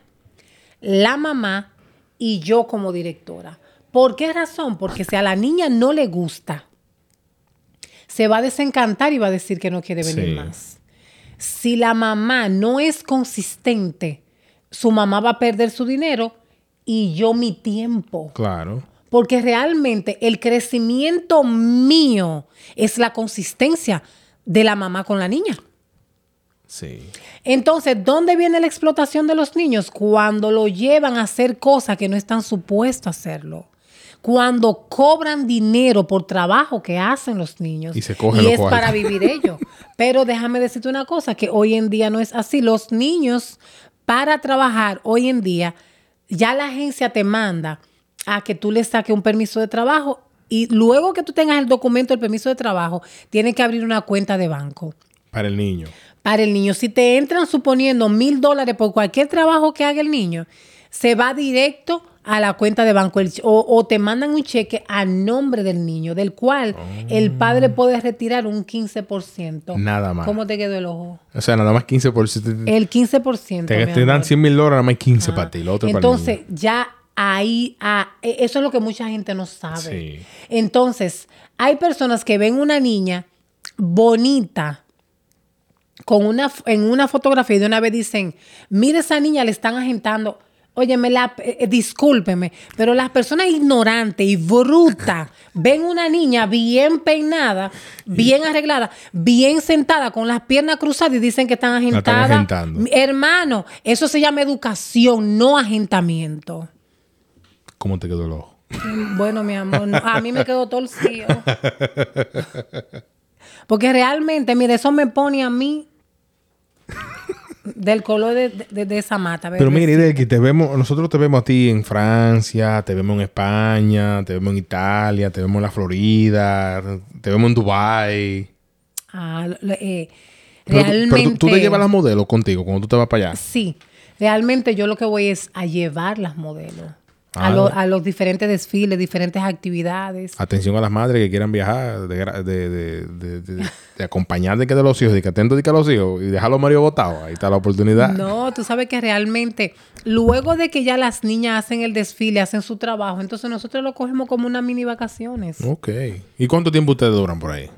la mamá y yo como directora. ¿Por qué razón? Porque si a la niña no le gusta, se va a desencantar y va a decir que no quiere venir
Sí.
más. Si la mamá no es consistente, su mamá va a perder su dinero y yo mi tiempo.
Claro.
Porque realmente el crecimiento mío es la consistencia de la mamá con la niña.
Sí.
Entonces, ¿dónde viene la explotación de los niños? Cuando lo llevan a hacer cosas que no están supuestos a hacerlo. cuando cobran dinero por trabajo que hacen los niños.
Y se coge
Y
lo
es
cual.
para vivir ellos. Pero déjame decirte una cosa, que hoy en día no es así. Los niños, para trabajar hoy en día, ya la agencia te manda a que tú le saques un permiso de trabajo y luego que tú tengas el documento, el permiso de trabajo, tienes que abrir una cuenta de banco
para el niño.
para el niño. Si te entran suponiendo mil dólares por cualquier trabajo que haga el niño, se va directo a la cuenta de banco el ch- o, o te mandan un cheque a nombre del niño, del cual el padre puede retirar un 15%.
Oh. Nada más.
¿Cómo te quedó el ojo?
O sea, nada más 15 por te,
El 15%.
te-
mi
te dan
amor. Ah.
100 mil dólares, nada más 15 para ti. Lo otro
Entonces,
para
ya ahí, ah, e- eso es lo que mucha gente no sabe.
el niño. Sí.
Entonces, hay personas que ven una niña bonita con una, f- en una fotografía y de una vez dicen, mire esa niña, le están agentando. Óyeme, la, eh, eh, discúlpeme, pero las personas ignorantes y brutas ven una niña bien peinada, bien arreglada, bien sentada, con las piernas cruzadas y dicen que están
La están
agentadas.
agentando.
Mi- Hermano, eso se llama educación, no agentamiento.
¿Cómo te quedó el ojo?
Bueno, mi amor, no, a mí me quedó torcido. Porque realmente, mire, eso me pone a mí del color de, de- de esa mata.
Pero
¿verdad?
mira, Irel, que te vemos, nosotros te vemos a ti en Francia, te vemos en España, te vemos en Italia, te vemos en la Florida, te vemos en Dubai.
Ah, lo- lo- eh,
Pero, tú- pero tú-
realmente.
tú, te llevas las modelos contigo cuando tú te vas para allá.
Sí, realmente yo lo que voy es a llevar las modelos.
Ah.
A, lo- a los diferentes desfiles, diferentes actividades.
Atención a las madres que quieran viajar, de, gra- de, de, de, de- de acompañar de que de los hijos, de que atento de que a los hijos y dejar a los maridos botados. Ahí está la oportunidad.
No, tú sabes que realmente, luego de que ya las niñas hacen el desfile, hacen su trabajo, entonces nosotros lo cogemos como una mini vacaciones.
Ok. ¿Y cuánto tiempo ustedes duran por ahí?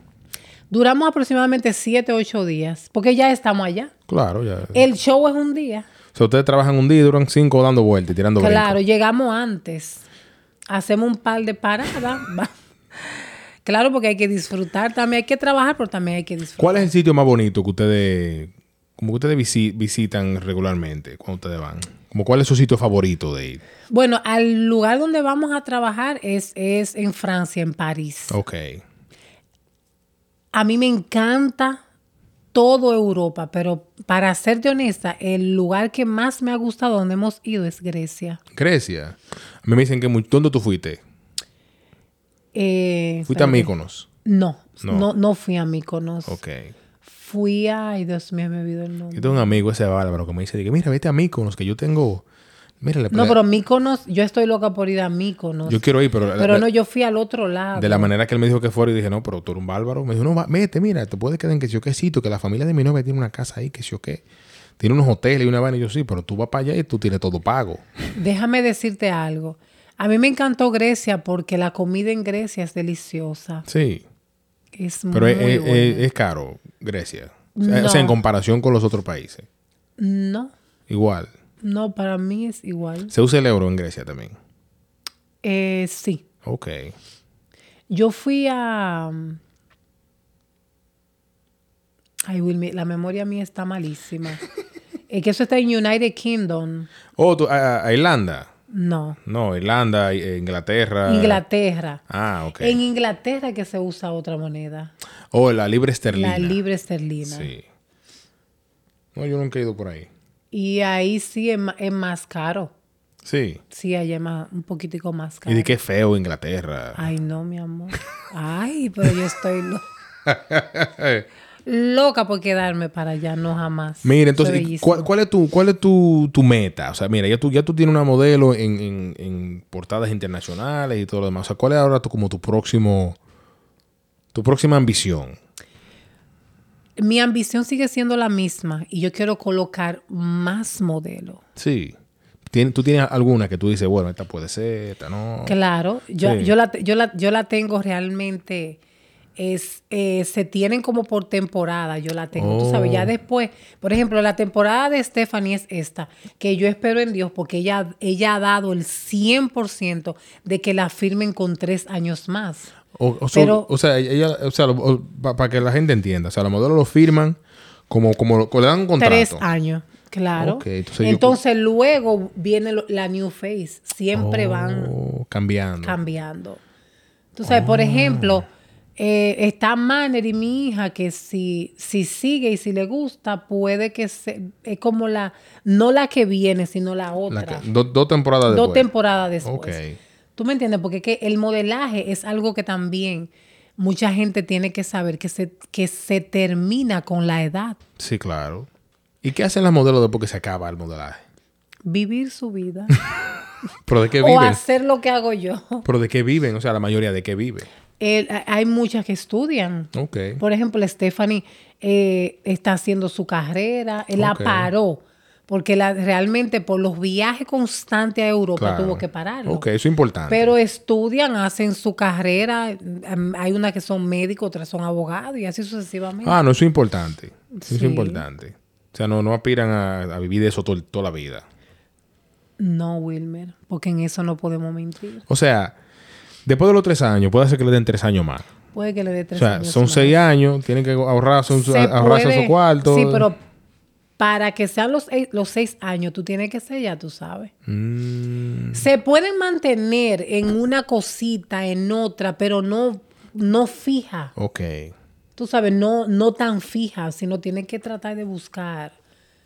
Duramos aproximadamente 7, 8 días, porque ya estamos allá.
Claro, ya.
El show es un día.
O sea, ustedes trabajan un día y duran cinco dando vueltas y tirando
claro,
brincos.
llegamos antes. Hacemos un par de paradas. va. claro, porque hay que disfrutar, también hay que trabajar, pero también hay que disfrutar.
¿Cuál es el sitio más bonito que ustedes, como que ustedes visi- visitan regularmente cuando ustedes van? Como cuál es su sitio favorito de ir.
Bueno, al lugar donde vamos a trabajar es, es en Francia, en París.
Ok.
A mí me encanta todo Europa, pero para serte honesta, el lugar que más me ha gustado donde hemos ido es Grecia.
Grecia. A mí me dicen que muy tonto tú fuiste.
Eh,
Fuiste a Mykonos.
No,
No.
no, no, fui a Mykonos.
Ok.
Fui a... Ay, Dios mío, me olvidó el
Yo
nombre.
tengo un amigo ese bárbaro que me dice, de que, mira, vete a Mykonos, que yo tengo... Mira, la-
No, pero Mykonos, yo estoy loca por ir a Mykonos.
yo quiero ir, pero... la-
pero
la-
no, yo fui al otro lado.
De la manera que él me dijo que fuera, y dije, no, pero tú eres un bárbaro. Me dijo, no, va, vete, mira, te puedes quedar en que si yo qué sitio, que la familia de mi novia tiene una casa ahí, que si yo qué. Tiene unos hoteles y una vaina. Y yo, sí, pero tú vas para allá y tú tienes todo pago.
Déjame decirte algo. A mí me encantó Grecia porque la comida en Grecia es deliciosa.
Sí.
Es
Pero eh,
muy
es, es-
buena.
es- es caro, Grecia. O sea,
No.
o sea, en comparación con los otros países.
No,
Igual.
no, para mí es igual.
Se usa el euro en Grecia también.
Eh, sí.
Ok.
Yo fui a... mm, Ay, Wilmy, la memoria mía está malísima. es que eso está en United Kingdom.
Oh, tú- a, a- a Irlanda.
No.
No, Irlanda, I- eh, Inglaterra.
Inglaterra.
Ah, ok.
En Inglaterra que se usa otra moneda,
Oh, la libre esterlina.
la libre esterlina.
Sí. No, yo nunca he ido por ahí.
Y ahí sí es, ma- es más caro.
Sí.
Sí, allá es más- un poquitico más
Y
caro.
de qué feo Inglaterra.
Ay, no, mi amor. Ay, pero yo estoy lo- loca por quedarme para allá, no jamás.
Mira,
Eso es
entonces, ¿y
bellísimo.
¿cuál, cuál es, tu, cuál es tu, tu meta? O sea, mira, ya tú, ya tú tienes una modelo en, en- en portadas internacionales y todo lo demás. O sea, ¿cuál es ahora tu, como tu próximo, tu próxima ambición?
Mi ambición sigue siendo la misma y yo quiero colocar más modelos.
Sí. Tien- ¿Tú tienes alguna que tú dices, bueno, esta puede ser, esta no?
Claro, yo,
Sí.
yo, la, te- yo, la, yo la tengo realmente, es, eh, se tienen como por temporada, yo la tengo, tú sabes,
Oh.
ya después, por ejemplo, la temporada de Stephanie es esta, que yo espero en Dios, porque ella, ella ha dado el 100% de que la firmen con tres años más.
O, o sea,
Pero-
o sea, ella, o sea, para que la gente entienda, o sea, los modelos lo firman como, como, lo- le dan un contrato.
Tres años, Claro.
Ok, entonces
entonces
yo-
luego viene lo- la new face. Siempre van
Oh, cambiando.
cambiando. Tú sabes, por ejemplo,
Ah.
eh, está Manner y mi hija que si, si sigue y si le gusta, puede que se, es como la, no la que viene, sino la
La
otra.
ca- do- dos temporadas
Dos
después.
temporadas después.
Ok.
¿Tú me entiendes? Porque es que el modelaje es algo que también mucha gente tiene que saber que se, que se termina con la edad.
Sí, claro. ¿Y qué hacen las modelos después que se acaba el modelaje?
Vivir su vida.
¿Pero de qué
o
viven?
hacer lo que hago yo.
¿Pero de qué viven? O sea, la mayoría de qué vive.
El- hay muchas que estudian.
Ok.
Por ejemplo, Stephanie eh, está haciendo su carrera, él la
Ok.
paró, porque la, realmente por los viajes constantes a Europa
Claro.
tuvo que pararlo.
Ok, eso es importante.
Pero estudian, hacen su carrera, mm, hay unas que son médicos, otras son abogados y así sucesivamente.
Ah, no, eso es importante. Eso es
Sí.
importante. O sea, no, no aspiran a, a vivir de eso tol- toda la vida.
No, Wilmer, porque en eso no podemos mentir.
O sea, después de los tres años, puede ser que le den tres años más.
Puede que le dé
O
tres
sea,
años
son
más.
seis años, tienen que ahorrarse, un,
Se
ahorrarse
puede-
su cuarto.
Sí, pero para que sean los, los seis años, tú tienes que ser ya, tú sabes.
Mm,
Se pueden mantener en una cosita, en otra, pero no, no fija.
ok.
Tú sabes, no, no tan fija, sino tienen que tratar de buscar,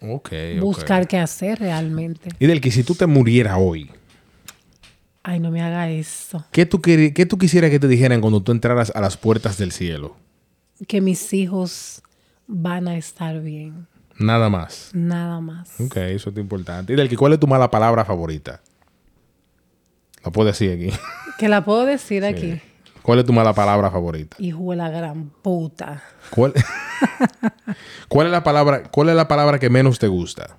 Ok. ok.
buscar qué hacer realmente.
Y del que si tú te murieras hoy,
Ay, no me haga eso.
¿qué tú, queri- qué tú quisieras que te dijeran cuando tú entraras a las puertas del cielo?
Que mis hijos van a estar bien.
Nada más.
Nada más.
Ok, eso es importante. Y del que, ¿cuál es tu mala palabra favorita? La puedes decir aquí.
Que la puedo decir aquí.
¿Cuál es tu mala palabra favorita?
Hijo de la gran puta.
¿Cuál, ¿Cuál es la palabra, cuál es la palabra que menos te gusta?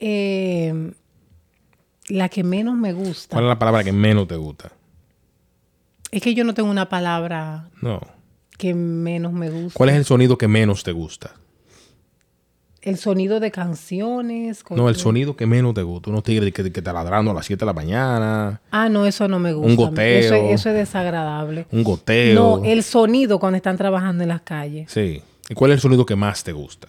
Eh, la que menos me gusta.
¿Cuál es la palabra que menos te gusta?
Es que yo no tengo una palabra
No.
que menos me gusta.
¿Cuál es el sonido que menos te gusta?
El sonido de canciones.
No, el
cosas-
sonido que menos te gusta. Unos tigres que, que te ladrando a las 7 de la mañana,
Ah, no, eso no me gusta.
Un goteo.
Eso, eso es desagradable.
un goteo.
No, el sonido cuando están trabajando en las calles.
Sí. ¿Y cuál es el sonido que más te gusta?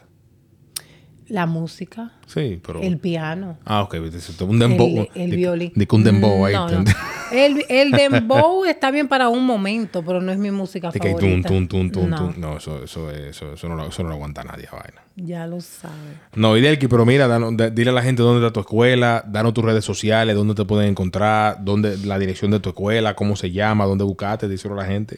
La música,
Sí, pero...
el piano.
Ah, ok. viste, Un dembow.
el, el
de-
violín. Mm,
De que un dembow ahí.
No, no.
¿entendés?
El, el dembow está bien para un momento, pero no es mi música
De que tum,
favorita.
tum, tum, tum,
no,
tum. No, eso, eso, es- eso, eso no lo, eso no lo aguanta nadie, esa vaina.
Ya lo sabes.
No, Idelki, pero mira, danos- da- dile a la gente dónde está tu escuela, danos tus redes sociales, dónde te pueden encontrar, dónde la dirección de tu escuela, cómo se llama, dónde buscaste, díselo a la gente.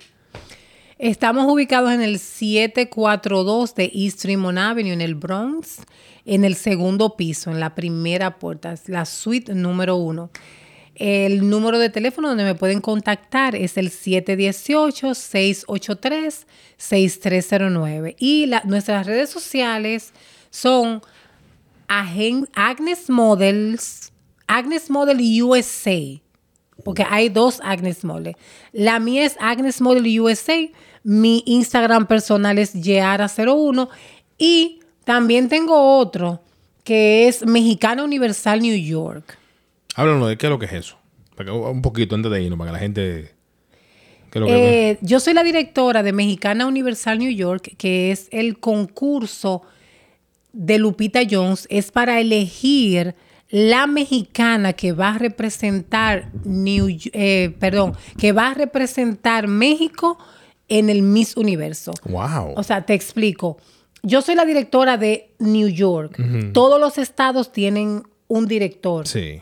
Estamos ubicados en el 742 de East Tremont Avenue, en el Bronx, en el segundo piso, en la primera puerta, es la suite número uno. El número de teléfono donde me pueden contactar es el 718-683-6309. Y la- nuestras redes sociales son Agen- Agnes Models, Agnes Model USA, porque hay dos Agnes Model. La mía es Agnes Model USA, mi Instagram personal es Yeara01 y también tengo otro que es Mexicana Universal New York.
Háblanos de qué es lo que es eso. Para que- un poquito antes de irnos, para que la gente... ¿Qué es lo que
Eh, yo soy la directora de Mexicana Universal New York, que es el concurso de Lupita Jones, es para elegir la mexicana que va a representar New, Y- eh, perdón, que va a representar México en el Miss Universo.
Wow.
O sea, te explico. Yo soy la directora de New York. Todos los estados tienen un director.
sí.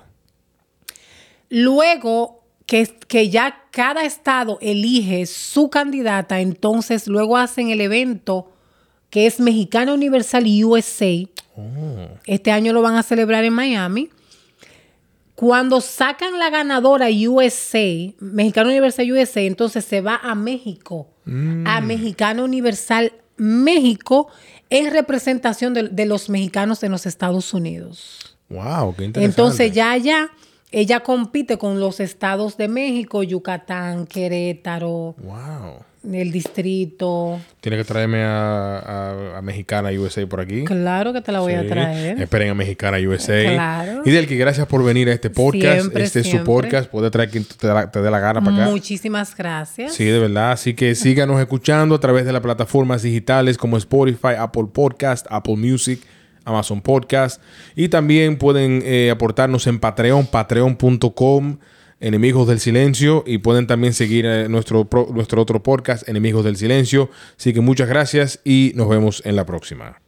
Luego que, que ya cada estado elige su candidata, entonces luego hacen el evento que es Mexicana Universal USA.
Oh,
Este año lo van a celebrar en Miami. Cuando sacan la ganadora USA, Mexicana Universal USA, entonces se va a México, a Mexicana Universal México, en representación de- de los mexicanos en los Estados Unidos.
Wow, qué interesante.
Entonces ya allá, ella compite con los estados de México, Yucatán, Querétaro,
Wow.
el distrito.
Tienes que traerme a, a- a Mexicana USA por aquí.
Claro que te la voy
Sí. Eh,
a traer.
Esperen a Mexicana USA.
Claro.
Y del que gracias por venir a este podcast.
Siempre,
este es su
siempre.
podcast. Puede traer quien te, da- te dé la gana para acá.
Muchísimas gracias.
Sí, de verdad. Así que síganos escuchando a través de las plataformas digitales como Spotify, Apple Podcast, Apple Music, Amazon Podcast. Y también pueden eh, aportarnos en Patreon, patreon.com, Enemigos del Silencio. Y pueden también seguir eh, nuestro, pro- nuestro otro podcast, Enemigos del Silencio. Así que muchas gracias y nos vemos en la próxima.